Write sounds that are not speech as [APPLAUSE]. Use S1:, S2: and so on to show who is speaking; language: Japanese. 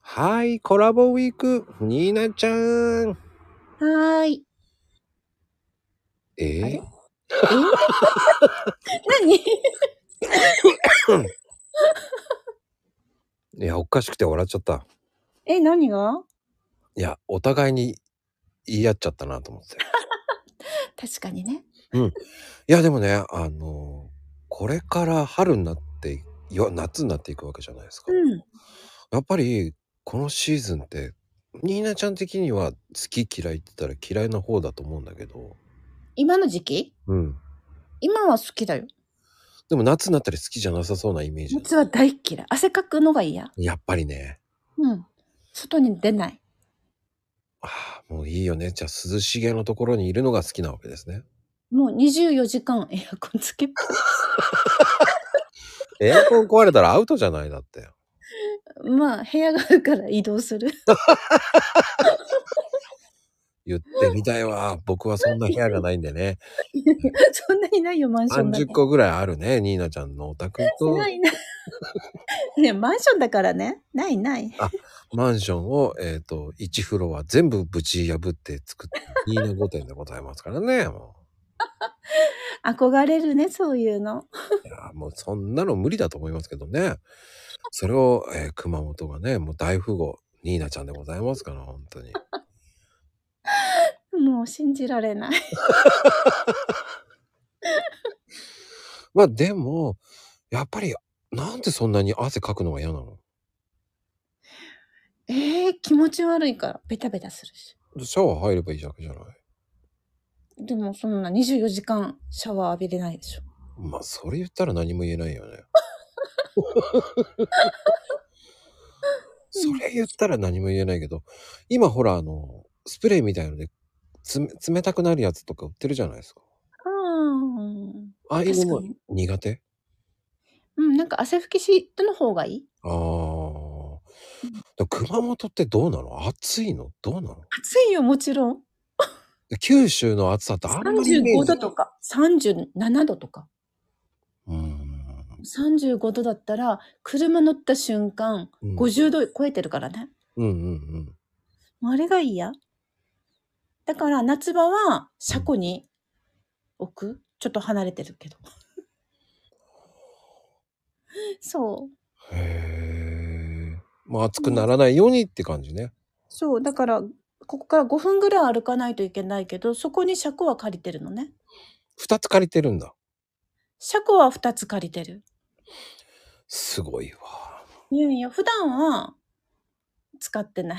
S1: はい、コラボウィーク、ニーナちゃん。
S2: はーい。
S1: え
S2: あ
S1: ー
S2: れ、何
S1: いや、おかしくて笑っちゃった。
S2: [LAUGHS] え、何が
S1: いや、お互いに言い合っちゃったなと思って。
S2: 確かにね。
S1: いや、でもね、あの、これから春になって、よ夏になっていくわけじゃないですか。
S2: うん。
S1: やっぱり、このシーズンって、ニーナちゃん的には好き嫌いって言ったら嫌いな方だと思うんだけど、
S2: 今の時期
S1: うん。
S2: 今は好きだよ。
S1: でも夏になったら好きじゃなさそうなイメージ。
S2: 夏は大っ嫌い。汗かくのが嫌。
S1: やっぱりね、
S2: うん。外に出ない。
S1: ああ、もういいよね。じゃあ涼しげのところにいるのが好きなわけですね。
S2: もう24時間 [LAUGHS] エアコンつけっぱ。
S1: エアコン壊れたらアウトじゃないだって。
S2: まあ、部屋があるから移動する。 [LAUGHS]
S1: 言ってみたいわ。僕はそんな部屋がないんでね。
S2: [LAUGHS] そんなにないよ、マンションだ
S1: 30個ぐらいあるね。ニーナちゃんのお宅と
S2: ない [LAUGHS] ない。ね、マンションだからね。ないない。
S1: マンションを、えっ、と、1フロア全部ぶち破って作っ
S2: [LAUGHS]
S1: て、ニーナ御殿でございますからね。も
S2: 憧れるね、そういうの。
S1: ういやもうそんなの無理だと思いますけどね。それを、えー熊本がね、もう大富豪、ニーナちゃんでございますから、本当に。
S2: もう信じられない。
S1: まあでも、やっぱり、なんでそんなに汗かくのが嫌なの
S2: えー、気持ち悪いから、ベタベタするし。
S1: シャワー入ればいいだけじゃない
S2: でもそんな24時間シャワー浴びれないでしょ。
S1: まあそれ言ったら何も言えないよね。それ言ったら何も言えないけど今ほらあのスプレーみたいのでつめ冷たくなるやつとか売ってるじゃないですか。
S2: うん。
S1: ああいうのも
S2: 確かに
S1: 苦手
S2: うん、なんか汗拭きシートの方がいい
S1: ああ。で熊本ってどうなの暑いのどうなの
S2: 暑いよ、もちろん。
S1: で九州の暑さってあんまりイメー
S2: 35
S1: ジ
S2: 度とか、37度とか。
S1: うん
S2: 35度だったら、車乗った瞬間、
S1: うん
S2: 50度超えてるからね。
S1: うんうん
S2: もうあれが嫌。だから夏場は車庫に置く。ちょっと離れてるけ
S1: [LAUGHS]
S2: ど。そう。
S1: うん。へえ。まあ暑くならないようにって感じね。
S2: そう、だから、ここから5分ぐらい歩かないといけないけど、そこに車庫は借りてるのね。
S1: 二つ借りてるんだ。
S2: 車庫は2つ借りてる。
S1: すごいわ。
S2: いやいや、普段は使ってない。